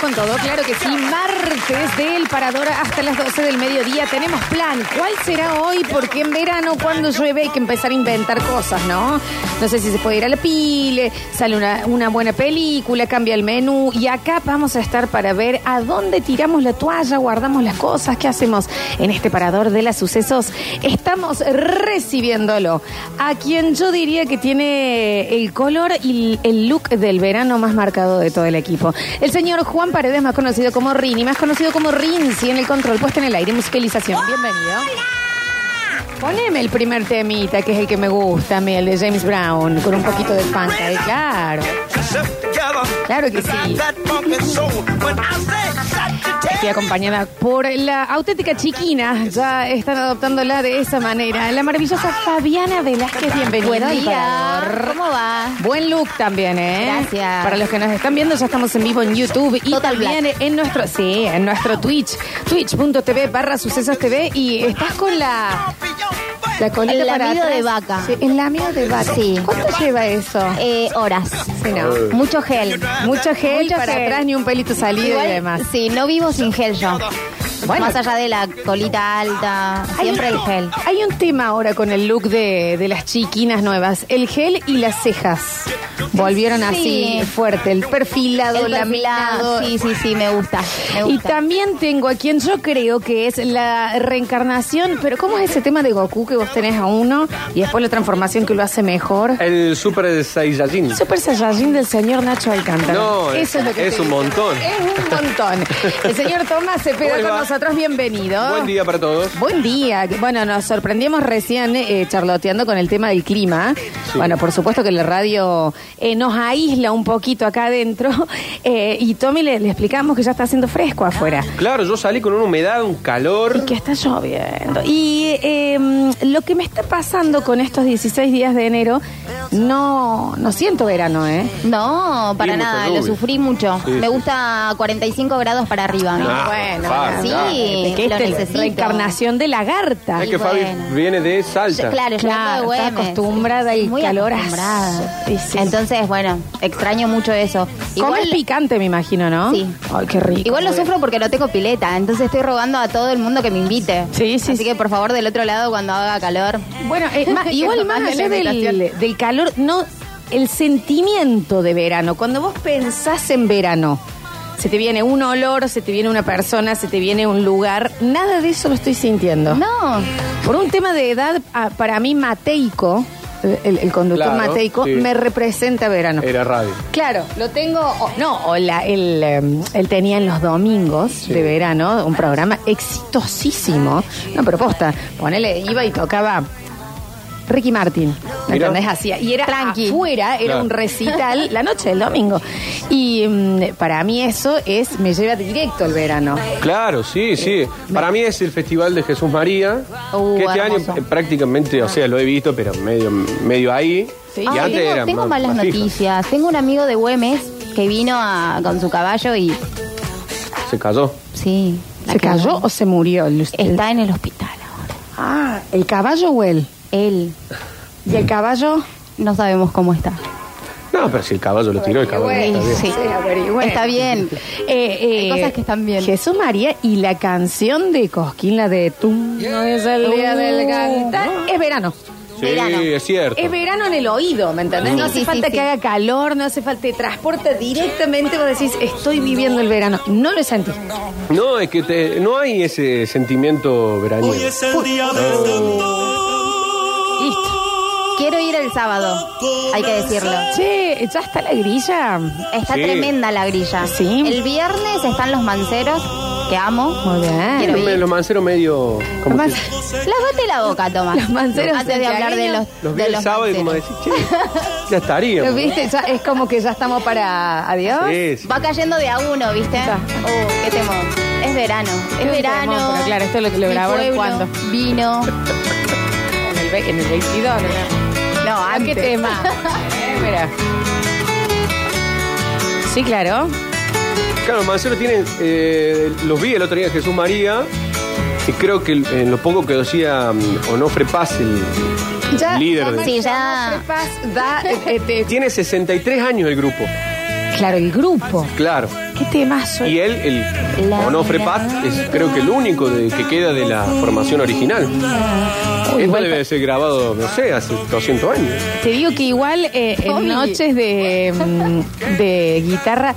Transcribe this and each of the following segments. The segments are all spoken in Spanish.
con todo, claro que sí. Martes del Parador hasta las 12 del mediodía tenemos plan. ¿Cuál será hoy? Porque en verano, cuando llueve, hay que empezar a inventar cosas, ¿no? No sé si se puede ir a la pile, sale una, una buena película, cambia el menú. Y acá vamos a estar para ver a dónde tiramos la toalla, guardamos las cosas, qué hacemos en este Parador de las Sucesos. Estamos recibiéndolo a quien yo diría que tiene el color y el look del verano más marcado de todo el equipo. El señor Juan Paredes, más conocido como Rini, más conocido como Rinzi en el control, puesta en el aire, musicalización. Bienvenido. Poneme el primer temita, que es el que me gusta, a mí, el de James Brown, con un poquito de funk ahí, claro. Claro que sí. Estoy acompañada por la auténtica chiquina, ya están adoptándola de esa manera, la maravillosa Fabiana Velázquez, bienvenida. Bueno, y Parador, ¿cómo va? Buen look también, ¿eh? Gracias. Para los que nos están viendo, ya estamos en vivo en YouTube y Total también en nuestro, sí, en nuestro Twitch, twitch.tv barra sucesos TV y estás con la, la colita El para lamido atrás. de vaca. Sí, el lamido de vaca. Sí. ¿Cuánto lleva eso? Eh, horas. Sí, no. Mucho gel. Mucho gel Mucho para gel. atrás, ni un pelito salido Igual, y demás. Sí, no vivo sin gel yo. Bueno. Más allá de la colita alta, siempre Hay el un- gel. Hay un tema ahora con el look de, de las chiquinas nuevas. El gel y las cejas. Volvieron Sí. así fuerte. El perfilado, El la perfilado, Sí, sí, sí, me gusta. Me Y gusta. también tengo a quien yo creo que es la reencarnación, pero ¿cómo es ese tema de Goku que vos tenés a uno y después la transformación que lo hace mejor? El Super Saiyajin. Super Saiyajin del señor Nacho Alcántara. No, es- te es un digo. montón. Es un montón. El señor Tomás se pega ¿Cómo le con va? nosotros, bienvenido. Ah. Buen día para todos. Buen día. Bueno, nos sorprendimos recién eh, charloteando con el tema del clima. Bueno, por supuesto que la radio eh, nos aísla un poquito acá adentro. eh, y Tommy le, le explicamos que ya está haciendo fresco afuera. Claro, yo salí con una humedad, un calor. Que está lloviendo. Y eh, lo que me está pasando con estos 16 días de enero, no, no siento verano, ¿eh? No, para Y mucha nada, lo lluvia. sufrí mucho. Sí, me sí. gusta 45 grados para arriba. ¿no? Ah, bueno, Fabi, sí, claro. de que lo este es necesito. la encarnación de lagarta. Es que bueno. Fabi viene de Salta. Claro, yo vengo de Claro, está Güemes. acostumbrada y Muy calor. acostumbrada. Sí, sí. Entonces, bueno, extraño mucho eso. Comes picante, me imagino, ¿no? Sí. Ay, qué rico. Igual lo Muy bien. sufro porque no tengo pileta, entonces estoy rogando a todo el mundo que me invite. Sí, sí, Así sí. que por favor, del otro lado, cuando haga calor. Bueno, eh, ma- igual más Manden la allá del, invitación. del calor, no el sentimiento de verano. Cuando vos pensás en verano, se te viene un olor, se te viene una persona, se te viene un lugar. Nada de eso lo estoy sintiendo. No, Por un tema de edad, ah, para mí Mateico, el- el, el conductor Claro, Mateico, sí. me representa verano. Era radio. Claro, lo tengo. o- no, o la- él, em, él tenía en los domingos de verano un programa exitosísimo. No, pero posta, ponele, iba y tocaba. Ricky Martin, ¿me Mirá. entendés? Hacía. Y era Tranqui. afuera, era Claro. un recital la noche del domingo. Y mm, para mí eso es, me lleva directo al verano. Claro, sí, sí. Para mí es el Festival de Jesús María. Eh, Uh, que este hermoso. Ah. año eh, prácticamente, o sea, lo he visto, pero medio, medio ahí. Sí. Y Ah, Ay, antes tengo, era tengo más- malas más fija. noticias. Tengo un amigo de Güemes que vino a- con su caballo y Se cayó. sí. la ¿Se cagó. cayó o se murió? el- Está en el hospital ahora. Ah, ¿el caballo o él? Él. ¿Y el caballo? No sabemos cómo está. No, pero si el caballo lo tiró, el caballo Bueno, está bien. Sí. averigüen. Está bien. Eh, eh, Hay cosas que están bien. Jesús María y la canción de Cosquín, la de tú no es el día Uh, del cantar. Es verano. Sí, Verano. es cierto. Es verano en el oído, ¿me entendés? Sí, no sí, hace sí, falta sí. que haga calor, no hace falta. Te transporta directamente, vos decís, estoy viviendo el verano. No lo sentí. No, es que te- no hay ese sentimiento veraniego. Hoy es el día del Listo. Quiero ir el sábado, hay que decirlo. Che, ya está la grilla. Está Sí. tremenda la grilla. Sí. El viernes están los manceros, que amo. Muy bien. Quiero ir. Los manceros medio. como Además, que- Lávate la boca, Tomás. Los manceros Antes de hablar de los. Los vi de el los sábado y como manceros. decís, che, ya estaría. ¿Lo viste? Ya es como que ya estamos para adiós. Sí, sí. Va cayendo de a uno, ¿viste? Ya. Oh, qué temor. Es verano. Es un verano. temor, pero claro, esto es lo que lo Mi grabaron pueblo, cuando. Vino. En el, ve- en el 22, ¿no? No, Ah, qué antes. tema. Eh, mira. Sí, claro. Claro, los manceros tienen. eh, los vi el otro día en Jesús María. Y creo que en lo poco que decía mm, Onofre Paz, el líder. de- Sí, ya. Da, eh, eh, te- Tiene 63 años el grupo. Claro, el grupo. Claro. Qué temazo. Y eh, él, el Onofre Paz, es creo que el único de- que queda de la formación original. Esto igual debe de ser grabado, no sé, hace 200 años. Te digo que igual eh, en Tommy. noches de, mm, de guitarra.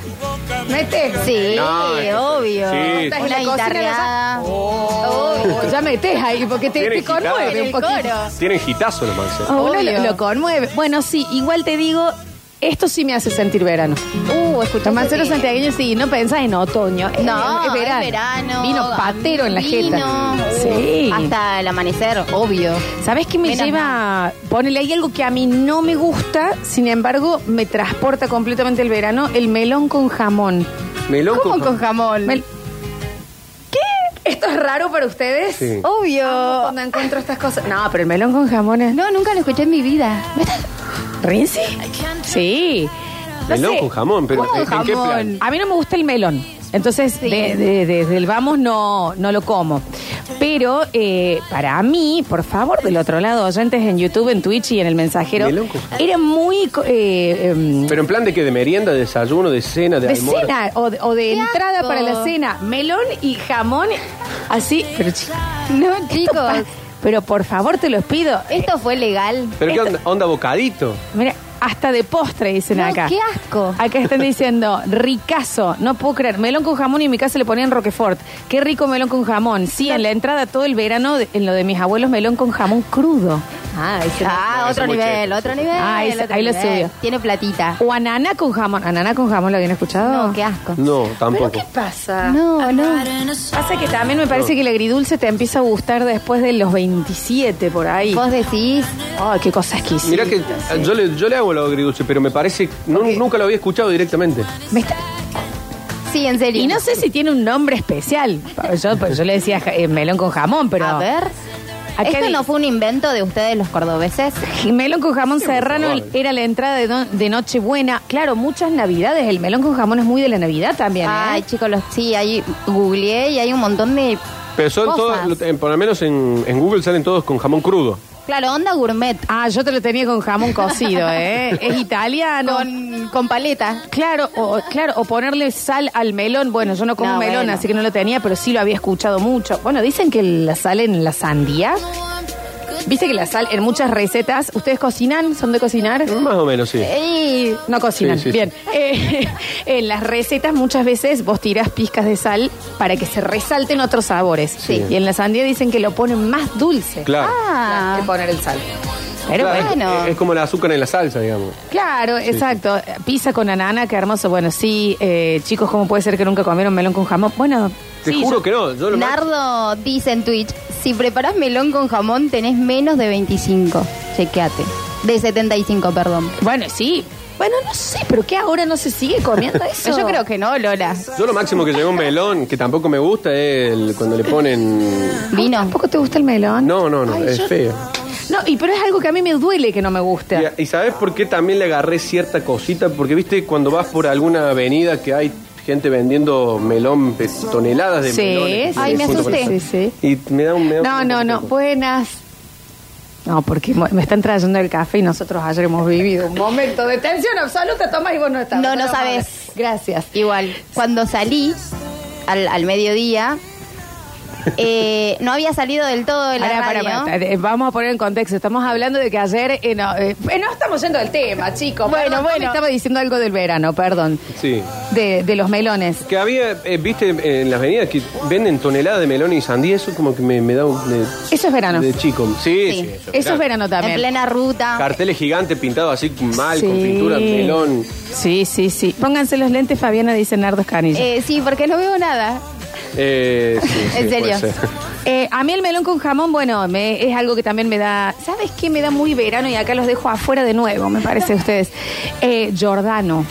Mete. Sí, Eh, No, es- obvio. sí. Estás en la Una cocina, guitarreada. Oh, ya metes ahí porque te, Tiene te conmueve guitarra. un poquito. Tienen gitazo los Manson. A uno Obvio. lo, lo conmueve. Bueno, sí, igual te digo, esto sí me hace sentir verano. Uh, escuchá. Los manceros ese tema. santiagueños sí, no pensás en otoño. es- No, es, verano. es verano. Vino patero en la Vino, jeta. uh, Sí. Hasta el amanecer, obvio. ¿Sabes qué me Menos lleva? Ponele ahí algo que a mí no me gusta, sin embargo, me transporta completamente el verano, el melón con jamón. Melón ¿Cómo con jamón? Mel- ¿Qué? ¿Esto es raro para ustedes? Sí. Obvio. Amo Cuando encuentro estas cosas. No, pero el melón con jamón es. No, nunca lo escuché en mi vida. ¿No estás- ¿Rinzi? Sí. No Melón sé. con jamón, pero ¿cómo ¿en, en qué jamón? plan? A mí no me gusta el melón. Entonces, de- de- desde el vamos no, no lo como. Pero eh, para mí, por favor, del otro lado, oyentes en YouTube, en Twitch y en el mensajero, Melón con era muy co- eh, em, Pero en plan de que de merienda, de desayuno, de cena, de, de almuerzo. cena o de, o de Qué entrada asco. para la cena. Melón y jamón, así. Pero, chi- No, pa- chicos. pero por favor, te los pido. Esto fue legal. Pero qué onda, onda bocadito. Mira, hasta de postre dicen No, acá. qué asco. Acá están diciendo, ricazo, no puedo creer. Melón con jamón y en mi casa le ponían Roquefort. Qué rico melón con jamón. Sí, en la entrada todo el verano, de- en lo de mis abuelos, melón con jamón crudo. Ah, no, eso otro es muy nivel, cheto, otro eso. nivel. Ah, ese- otro ahí lo nivel. subió. Tiene platita. O ananá con jamón. ¿Ananá con jamón lo habían escuchado? No, qué asco. No, ¿Pero tampoco. qué pasa? No, no. Pasa que también me parece que el agridulce te empieza a gustar después de los 27 por ahí. Vos decís. Ay, qué cosa exquisita. Mirá que ah, yo le, yo le hago el agridulce, pero me parece. no- Nunca lo había escuchado directamente. Me está- Sí, en serio. Y no sé si tiene un nombre especial. Yo, pues, yo le decía eh, melón con jamón, pero... A ver. Acá Esto di- no fue un invento de ustedes los cordobeses. Y melón con jamón serrano probable. era la entrada de, no- de Nochebuena. Claro, muchas navidades. El melón con jamón es muy de la Navidad también. ¿eh? Ay, chicos, los sí, ahí googleé y hay un montón de. Pero son cosas. todos, lo- en- por lo menos en, en Google salen todos con jamón crudo. Claro, onda gourmet. Ah, yo te lo tenía con jamón cocido, ¿eh? Es italiano. Con, con paleta. Claro, o, claro, o ponerle sal al melón. Bueno, yo no como No, melón, bueno. así que no lo tenía, pero sí lo había escuchado mucho. Bueno, dicen que la sal en la sandía. Viste que la sal en muchas recetas. ¿Ustedes cocinan? ¿Son de cocinar? Más o menos, sí. Eh, Y no cocinan. Sí, sí, sí. Bien. Eh, en las recetas muchas veces vos tirás pizcas de sal para que se resalten otros sabores. Sí. Y en la sandía dicen que lo ponen más dulce. Claro. que Ah, poner el sal. Pero Claro, es- bueno, bueno. Es, como el azúcar en la salsa, digamos. claro, exacto. Pizza con anana, qué hermoso. Bueno, sí, eh, chicos, ¿cómo puede ser que nunca comieron melón con jamón? Bueno, Te sí, juro yo- que no. Yo lo más- Nardo dice en Twitch: si preparás melón con jamón, tenés menos de 25. Chequeate. De 75, perdón. Bueno, sí. Bueno, no sé, pero ¿qué ahora no se sigue comiendo eso? Yo creo que no, Lola. yo lo máximo que llegó un melón, que tampoco me gusta, es el- cuando le ponen. Vino. ¿Tampoco te gusta el melón? No, no, no, Ay, es yo- feo. No, y pero es algo que a mí me duele que no me gusta. Y, y sabes por qué también le agarré cierta cosita? Porque viste cuando vas por alguna avenida que hay gente vendiendo melón, pe- toneladas de Sí, melones. eh, sí, Ay, me junto con asusté. la- Sí, Y me da un me da No, un- no, no. Buenas. No, porque mo- me están trayendo el café y nosotros ayer hemos vivido un momento de tensión absoluta, Tomás, y vos no estabas. No, no Bueno, sabés. vamos. Gracias. Igual, cuando salí al, al mediodía, eh, no había salido del todo de la Ahora, radio. para, para, eh, vamos a poner en contexto. Estamos hablando de que ayer. eh, no, eh, eh, no estamos yendo del tema, chicos. Bueno, Perdón, bueno. Tommy Estaba diciendo algo del verano, perdón. Sí. De, de los melones. Que había, eh, viste, eh, en las avenidas que venden toneladas de melón y sandía, eso como que me, me da un... De, Eso es verano. De chico. Sí, sí. Sí. Eso es verano en también. plena ruta. Carteles gigantes pintados así mal, con Sí. pintura, melón. Sí, sí, sí. Pónganse los lentes, Fabiana, dice Nardo Escanilla. Eh, sí, porque no veo nada. Eh, sí, sí, En serio. puede ser. Eh, a mí el melón con jamón, bueno, me- es algo que también me da, ¿sabes qué? Me da muy verano y acá los dejo afuera de nuevo, me parece a ustedes. Eh, Giordano.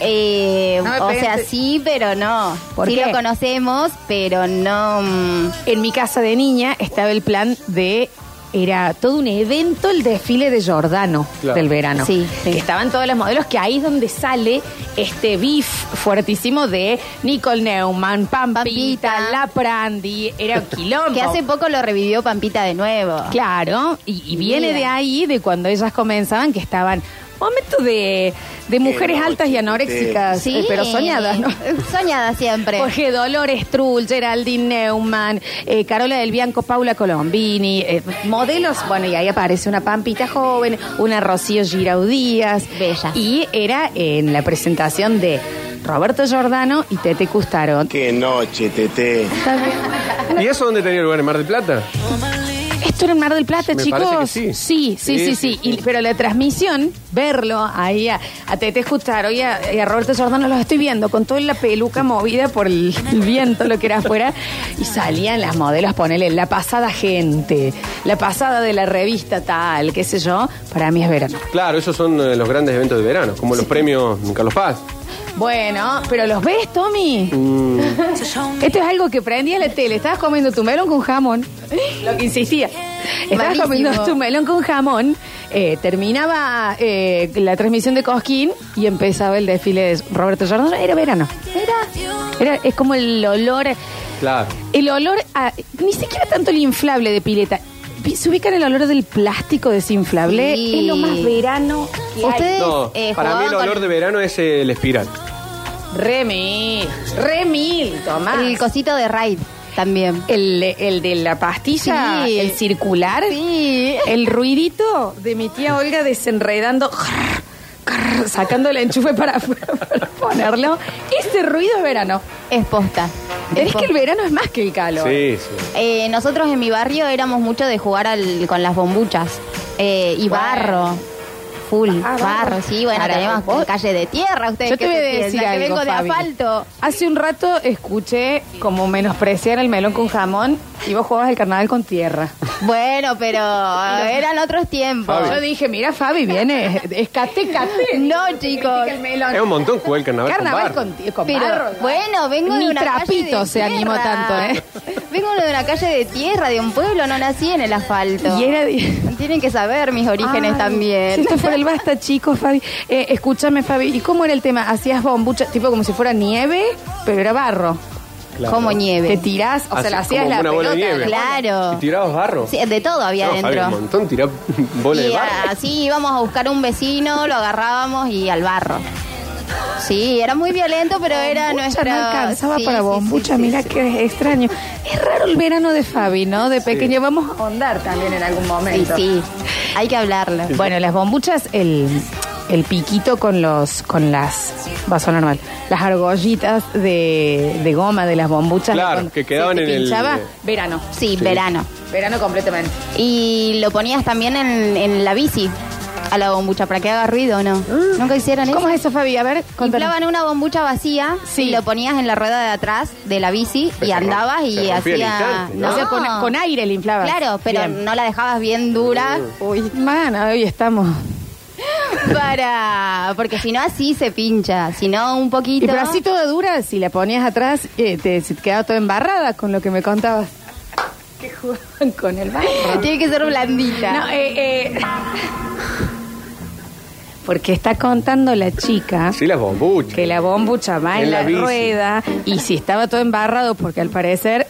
Eh, No me o pegues. sea, sí, pero no. ¿Por sí qué? lo conocemos, pero no. mm, En mi casa de niña estaba el plan de... Era todo un evento el desfile de Giordano Claro. del verano. Sí, sí. Que estaban todos los modelos, que ahí es donde sale este beef fuertísimo de Nicole Neumann, Pampita, Pampita. La Prandi, era un quilombo. Que hace poco lo revivió Pampita de nuevo. Claro, y, y viene Mira. de ahí, de cuando ellas comenzaban, que estaban Momento de, de mujeres altas y anoréxicas, eh, pero soñadas, ¿no? Soñadas siempre. Jorge Dolores Trull, Geraldine Neumann, eh, Carola del Bianco, Paula Colombini, eh, modelos, bueno, y ahí aparece una Pampita joven, una Rocío Giraudías. Bella. Y era en la presentación de Roberto Giordano y Tete Custarot. Qué noche, Tete. ¿Y eso dónde tenía lugar? ¿En Mar del Plata? Esto era en Mar del Plata, Me parece que chicos. sí. sí, sí, sí, sí. Y- pero la transmisión, verlo ahí a, a Tete Justaro y a, y a Roberto Sordano, los estoy viendo con toda la peluca movida por el, el viento, lo que era afuera. Y salían las modelos, ponele, la pasada gente, la pasada de la revista tal, qué sé yo. Para mí es verano. Claro, esos son eh, los grandes eventos de verano, como los premios Carlos Paz. Bueno, pero ¿los ves, Tommy? Mm. Esto es algo que prendí en la tele. Estabas comiendo tu melón con jamón. Lo que insistía. Estabas Malísimo. comiendo tu melón con jamón. eh, terminaba eh, la transmisión de Cosquín y empezaba el desfile de Roberto Jordano. Era verano. Era, era es como el olor. Claro. El olor a. Ni siquiera tanto el inflable de pileta. Pi- Se ubican el olor del plástico desinflable. Sí. Es lo más verano que hay. Ustedes No, eh, para mí el jugaban olor con de verano es eh, el espiral. Remil. Remil, Tomás. el cosito de raid también. El, el de la pastilla, Sí. el circular, Sí. el ruidito de mi tía Olga desenredando, sacando el enchufe para, para ponerlo. Ese ruido es verano. Es posta. Es posta. que el verano es más que el calor. Sí, sí. Eh, nosotros en mi barrio éramos mucho de jugar al- con las bombuchas eh, y Bueno. barro. Full, Ah, barro. barro. sí, bueno, Pará, tenemos vos- calle de tierra, ustedes Yo te qué voy a se piensan, decir que algo, vengo de Fabi. asfalto. Hace un rato escuché como menospreciar el melón con jamón y vos jugabas el carnaval con tierra. Bueno, pero eran otros tiempos. Fabi. Yo dije, mira, Fabi, viene, escate, cate. No, chicos. El melón. Es un montón jugar el carnaval, Carnaval con barro. con, ti- con Pero barro, ¿no? bueno, vengo Ni de una trapito calle de se animó tierra. tanto, ¿eh? Vengo de una calle de tierra, de un pueblo, no nací en el asfalto. Y era de- Tienen que saber mis orígenes Ay, Si también. esto fuera el basta, chicos, Fabi. Eh, escúchame, Fabi. ¿Y cómo era el tema? ¿Hacías bombucha, tipo como si fuera nieve, pero era barro? Claro. Como nieve. Te tirás, o sea, Así la hacías como la una bola pelota. de nieve. Claro. ¿Y tirabas barro? Sí, de todo había No, Fabi, adentro. un montón tirar bola de Y barro. así íbamos a buscar un vecino, lo agarrábamos y al barro. Sí, era muy violento, pero era Bombucha nuestra. Oh, no alcanzaba Sí, para sí, bombucha, sí, sí, mira sí. qué extraño. Es raro el verano de Fabi, ¿no? De pequeño vamos a ahondar también en algún Sí, momento. sí. Hay que hablarlo. Bueno, las bombuchas, el, el piquito con los, con las, va a sonar mal, las argollitas de, de goma de las bombuchas. Claro, cuando que quedaban se te en el- pinchaba, Verano, Sí, verano. verano completamente. Y lo ponías también en, en la bici, a la bombucha, para que haga ruido, ¿no? Nunca hicieron eso. Ah. ¿Cómo es eso, Fabi? A ver, contanos. Inflaban una bombucha vacía Sí. y lo ponías en la rueda de atrás de la bici Pero y se rom- andabas y se rompía al hacía. instante, O sea, con, con aire le inflabas. Claro, pero Bien. no la dejabas bien dura. Mm. Uy, man, hoy estamos. Para, porque si no así se pincha, si no un poquito. Y pero así toda dura, si la ponías atrás, eh, te, se te quedaba toda embarrada con lo que me contabas. Que jugaban con el barro. Tiene que ser blandita. No, eh, eh. Porque está contando la chica Sí, las bombuchas. que la bombucha va en, En la, la bici. rueda y si estaba todo embarrado, porque al parecer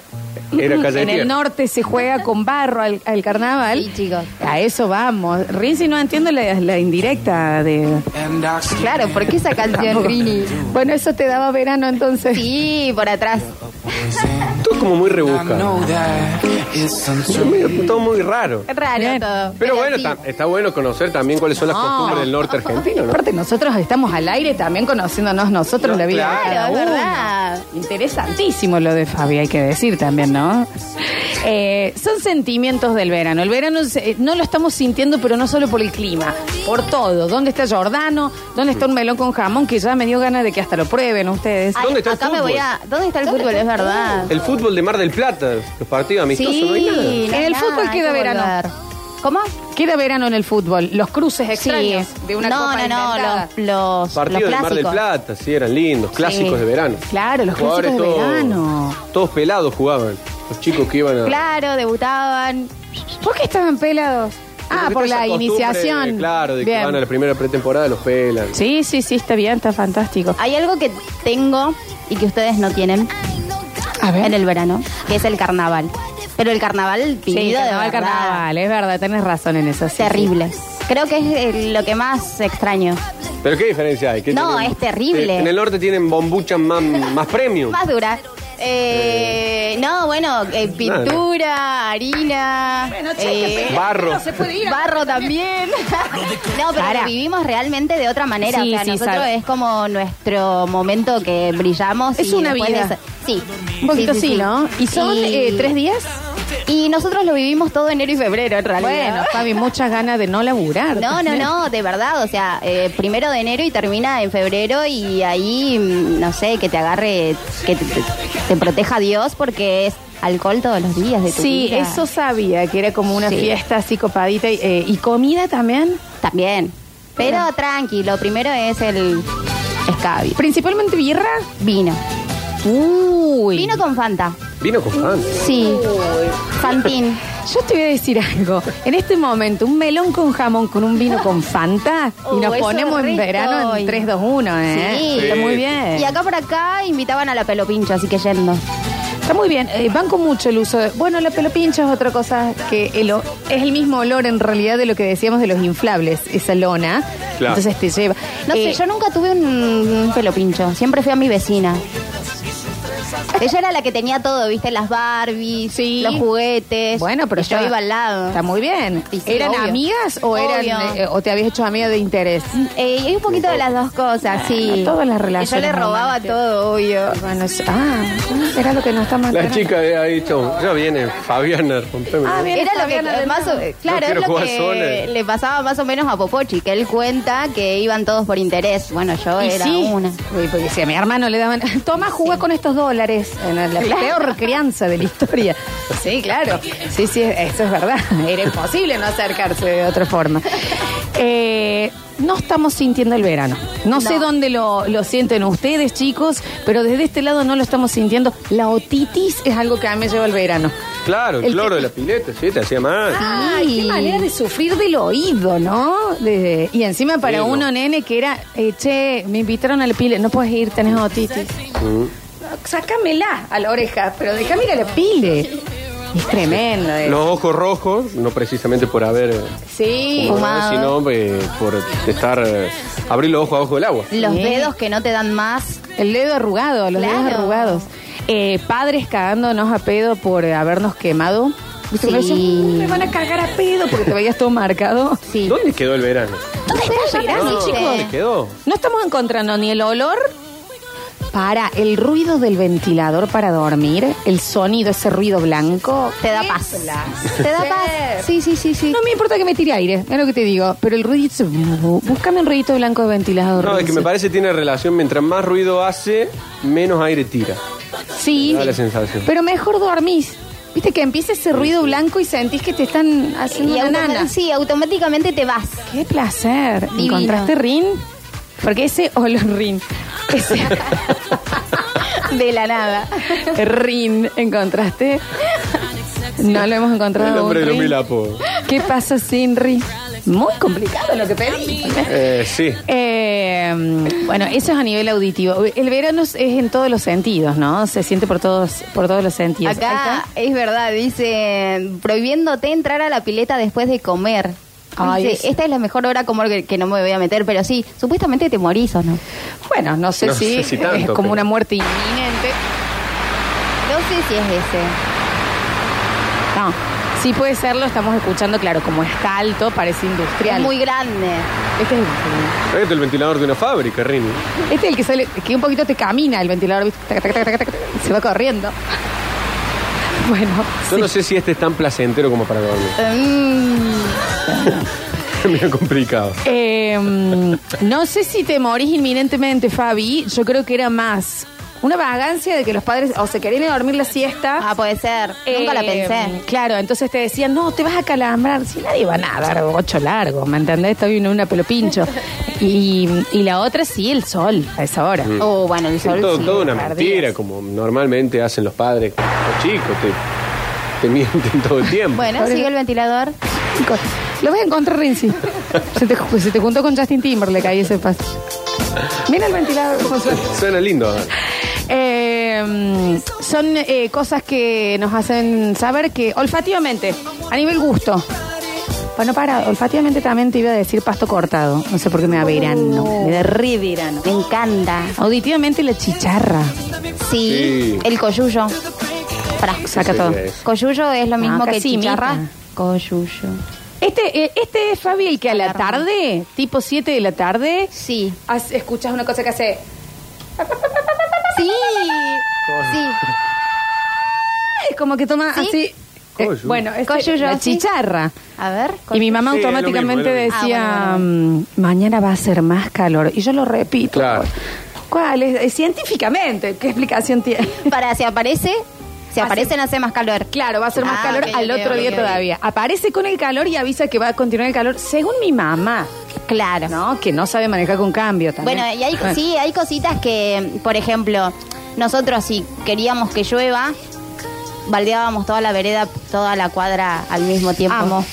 Era calle de en el tierra. norte se juega con barro al, al carnaval. Sí, chicos. A eso vamos. Rinzi no entiendo la, la indirecta de... Claro, ¿por qué esa canción, Rini? Bueno, eso te daba verano entonces. Sí, por atrás. Todo como muy rebuscado. know that Es it's untrue. medio- Todo muy raro. Raro Bien. todo. Pero bueno, sí. tam- está bueno conocer también cuáles son las No. costumbres del norte argentino, ¿no? Aparte, nosotros estamos al aire también conociéndonos nosotros No, la vida claro, de cada es uno. verdad. Interesantísimo lo de Fabi, hay que decir también, ¿no? Eh, son sentimientos del verano. El verano se- eh, no lo estamos sintiendo, pero no solo por el clima, por todo. ¿Dónde está Jordano? ¿Dónde está un melón con jamón? Que ya me dio ganas de que hasta lo prueben ustedes. Ay, ¿Dónde está el acá me fútbol? voy a. ¿Dónde está el fútbol? Es verdad. El fútbol de Mar del Plata, los partidos amistosos, no hay nada. Sí, En el hay fútbol nada, hay queda que verano. volver. ¿Cómo? Queda verano en el fútbol. Los cruces extraños Sí. de una no, copa no, no, inventada. los, los, Partidos los de Mar del clásicos. Plata, sí, eran lindos, clásicos de verano. Claro, los Jugadores clásicos de todos- verano. Todos pelados jugaban. Los chicos que iban a. Claro, debutaban. ¿Por qué estaban pelados? Ah, Porque por está la esa costumbre, iniciación. Claro, de Bien. que van a la primera pretemporada, los pelan. Sí, sí, sí, está bien, está fantástico. Hay algo que tengo y que ustedes no tienen A ver. Ah, en el verano, que es el carnaval. Pero el carnaval vivido Sí, de carnaval, verdad. carnaval, es verdad, tenés razón en eso. sí, Terrible. sí. Creo que es eh, lo que más extraño. ¿Pero qué diferencia hay? ¿Qué No, es terrible. Eh, En el norte tienen bombucha más, más premium. Más dura. Eh, no, bueno, eh, pintura, harina, eh, Barro. No se puede ir. barro también. no, pero Para. lo vivimos realmente de otra manera. Sí, o sea, sí, nosotros sabe. es como nuestro momento que brillamos. Es y una después vida. de eso- sí. Un poquito Sí, sí, sí, sí. ¿no? ¿Y son Y- eh, tres días? Y nosotros lo vivimos todo enero y febrero, en realidad. Bueno, Fabi, muchas ganas de no laburar. No, no, no, de verdad, o sea, eh, primero de enero y termina en febrero y ahí, mm, no sé, que te agarre, que te, te- te proteja Dios porque es alcohol todos los días de tu Sí, vida. eso sabía, que era como una Sí. fiesta así copadita. y, eh, ¿Y comida también? También. Pero tranqui, lo primero es el escabio. ¿Principalmente birra? Vino. Uy. Vino con Fanta. Vino con pan. Sí. Fantín. Yo te voy a decir algo. En este momento, un melón con jamón con un vino con Fanta y Uh, nos eso ponemos es en rico. verano en 3, 2, 1, ¿eh? Sí. Está muy Sí. bien. Y acá por acá invitaban a la pelo pincho, así que yendo. Está muy bien. Eh, banco mucho el uso de... Bueno, la pelopincha es otra cosa que el o- es el mismo olor en realidad de lo que decíamos de los inflables, esa lona. Claro. Entonces te lleva... No Eh, sé, yo nunca tuve un, pelo pincho. Siempre fui a mi vecina. Ella era la que tenía todo, ¿viste? Las Barbies, Sí. los juguetes. Bueno, pero Y yo estaba- iba al lado. Está muy bien. Sí, sí, ¿Eran obvio. amigas o, Obvio. eran, eh, o te habías hecho amiga de interés? Eh, y un poquito de las dos cosas, sí. Todas las relaciones Yo le robaba humanas. todo, obvio. Bueno, es- ah, era lo que nos está mandando. La chica ha dicho, ya viene Fabiana, rompeme. Ah, bien. Era lo Fabiana que de más o- nuevo. No claro, quiero es lo jugar que sola. le pasaba más o menos a Popochi, que él cuenta que iban todos por interés. Bueno, yo Y era sí. una. Uy, porque si a mi hermano le daban, toma, juega con estos dólares. Era La peor crianza de la historia. Sí, claro. Sí, sí, eso es verdad. Era imposible no acercarse de otra forma. Eh, no estamos sintiendo el verano. No, sé No. dónde lo, lo sienten ustedes, chicos, pero desde este lado no lo estamos sintiendo. La otitis es algo que a mí me lleva el verano. Claro, el, El cloro que- Ah. de la pileta, sí, te hacía mal. Ay, qué Sí. manera de sufrir del oído, ¿no? De- y encima para Sí, no. uno, nene, que era, eh, che, me invitaron a la pile, no puedes ir, tenés otitis. Mm. Sácamela a la oreja, pero déjame ir a la pile. Es tremendo. eh. Los ojos rojos, no precisamente por haber eh, Sí. fumado, Fumado. sino eh, por estar eh, abrir los ojos abajo del agua. Los Sí. dedos que no te dan más. El dedo arrugado, los dedos Claro. arrugados. Eh, padres cagándonos a pedo por habernos quemado. ¿Viste que Sí. decían, me van a cagar a pedo porque te veías todo marcado. Sí. ¿Dónde quedó el verano? ¿Dónde está el verano, No, chicos? ¿Dónde quedó? No estamos encontrando ni el olor para el ruido del ventilador para dormir, el sonido, ese ruido blanco. Te da paz. Te da paz. Sí, sí, sí, sí. No me importa que me tire aire, es lo que te digo, pero el ruido, búscame un ruidito blanco de ventilador. No, es que me parece que tiene relación, mientras más ruido hace, menos aire tira. Sí, Me da la sensación. pero mejor dormís. Viste que empieza ese ruido blanco y sentís que te están haciendo Y una automa- nana. Sí, automáticamente te vas. Qué placer. Divino. ¿Encontraste rin? Porque ese olor rin. Ese De la nada. rin, ¿encontraste? No lo hemos encontrado. El aún, hombre de los rin. mil apos. ¿Qué pasa sin rin? Muy complicado lo que pedí. Eh, sí. Eh, bueno, eso es a nivel auditivo. El verano es en todos los sentidos, ¿no? Se siente por todos, por todos los sentidos. Ahí Acá está. es verdad, dice, prohibiéndote entrar a la pileta después de comer. Ay, Dice, eso. esta es la mejor hora como que, que no me voy a meter, pero sí, supuestamente te morís o no. Bueno, no sé No si, sé si tanto, es como pero- una muerte inminente. No sé si es ese. No, sí puede serlo, estamos escuchando, claro, como está alto, parece Es industrial. muy grande. Este es, Tráete el ventilador de una fábrica, Rini. este es el que sale, que un poquito te camina el ventilador, ¿viste? Tac, tac, tac, tac, tac, tac, se va corriendo. Bueno, Yo no sé si este es tan placentero como para dormir. Mm, Medio complicado. eh, no sé si te morís inminentemente, Fabi, yo creo que era más una vagancia de que los padres o se querían ir a dormir la siesta. ah, puede ser. Nunca la Eh, pensé. Claro, entonces te decían, no, te vas a calambrar. Si nadie va a nadar ocho largos, ¿me entendés? Está bien una pelo pincho. Y, y la otra sí, el sol, a esa hora. Oh, bueno, el Sí, sol. todo, sí, todo una perdidas. mentira, como normalmente hacen los padres con los chicos. Te, te mienten todo el tiempo. Bueno, Pobre- sigue el ventilador. Chicos, lo vas a encontrar, Renzi. Se te, ju- se te juntó con Justin Timberlake ahí ese paso. Mira el ventilador cómo suena. Suena lindo. ¿eh? Eh, son eh, cosas que nos hacen saber que olfativamente, a nivel gusto, Bueno, para, olfativamente también te iba a decir pasto cortado. No sé por qué me da verano. Uh. Me da re verano. Me encanta. Auditivamente la chicharra. Sí, Sí. el coyuyo. Pará. Saca Sí, todo. sí, sí. Coyuyo es lo mismo Ah, que casi imita. chicharra. Coyuyo. Este, eh, este es Fabi el que a la tarde, tipo 7 de la tarde, Sí. has- escuchas una cosa que hace. Sí. Sí. Es como que toma ¿Sí? así. eh, Coyuyo. bueno, este- Coyuyo, la sí. chicharra. A ver. Y mi mamá Sí, es lo automáticamente mismo, es lo mismo. decía, Ah, bueno, "Mm, mañana va a ser más calor. Y yo lo repito. pues. Claro. ¿Cuál es? Eh, Científicamente, ¿qué explicación tiene? Para, si aparece, Hace- si aparece no hace más calor. Claro, va a ser más Ah, calor ok, al ok, otro ok, día ok. todavía. Aparece con el calor y avisa que va a continuar el calor, según mi mamá, Claro. ¿no? Que no sabe manejar con cambio también. Bueno, y hay, Ah. sí, hay cositas que, por ejemplo, nosotros si queríamos que llueva, baldeábamos toda la vereda, toda la cuadra al mismo tiempo. Amo.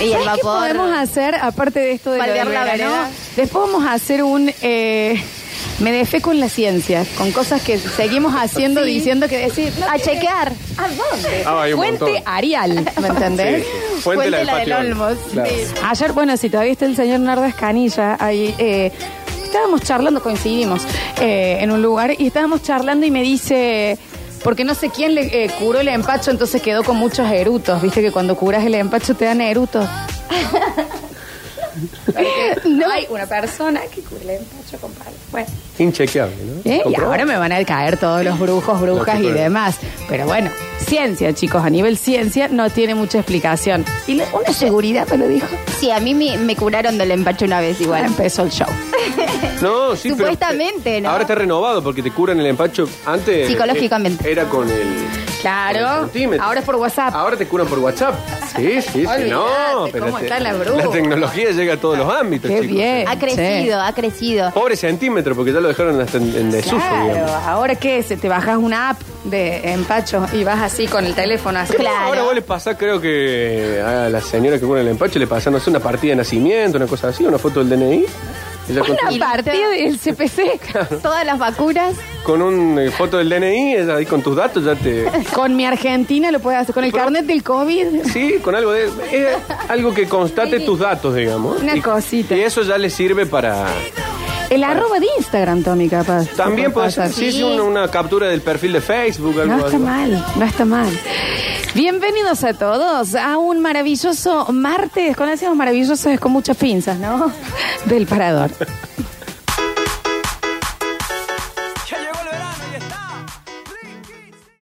Y el ¿Sabes qué vapor. podemos hacer, aparte de esto de lo Baldear del la verano? vereda. Después vamos a hacer un... eh, me defeco en la ciencia, con cosas que seguimos haciendo, Sí. diciendo que decir... no A tiene- chequear. ¿A dónde? Ah, hay un Fuente montón. Arial, ¿me entendés? Sí, sí. ¿eh? Fuente la del Fuente la del Patio. Olmos, Claro. sí. Ayer, bueno, si todavía está el señor Nardo Escanilla, ahí eh, estábamos charlando, coincidimos eh, en un lugar y estábamos charlando y me dice, porque no sé quién le eh, curó el empacho, entonces quedó con muchos erutos, viste que cuando curas el empacho te dan erutos. no hay una persona que cure el empacho con palo. Bueno. Inchequeable, ¿no? ¿Eh? Y ¿Comprobado? ahora me van a caer todos los brujos, brujas y Los chicos de- demás. Pero bueno, ciencia, chicos, a nivel ciencia no tiene mucha explicación. Y la- una seguridad me lo dijo. Sí, a mí me, me curaron del empacho una vez Igual igual. empezó el show. No, sí, pero- Supuestamente, ¿no? Ahora está renovado porque te curan el empacho. Antes. Psicológicamente. eh, Era con el. con Claro. el centímetro. Ahora es por WhatsApp. Ahora te curan por WhatsApp. Sí, sí, sí. Olvidate, no, ¿cómo están las brujas? la tecnología llega a todos los ámbitos, Qué chicos. eh. bien. Ha crecido, ha creciso. Pobre centímetro, porque ya lo dejaron hasta en, en desuso, Claro, digamos. ahora qué, se te bajas una app de empacho y vas así con el teléfono así. Claro. Ahora vos le pasás, creo que a la señora que cura el empacho le pasás, no sé, una partida de nacimiento, una cosa así, una foto del DNI. Ella con, Una partida del CPC Todas las vacunas. con un eh, foto del DNI, ella ahí con tus datos ya te... con mi Argentina lo puedes hacer, con el carnet del COVID. Sí, con algo de... es algo que constate tus datos, digamos. Una cosita. Y eso ya le sirve para... El arroba de Instagram, Tommy, capaz. También puede ser, pasar. sí, sí, una, una captura del perfil de Facebook, algo No está algo. mal, no está mal. Bienvenidos a todos a un maravilloso martes. Cuando decimos maravilloso es con muchas pinzas, ¿no? Del parador.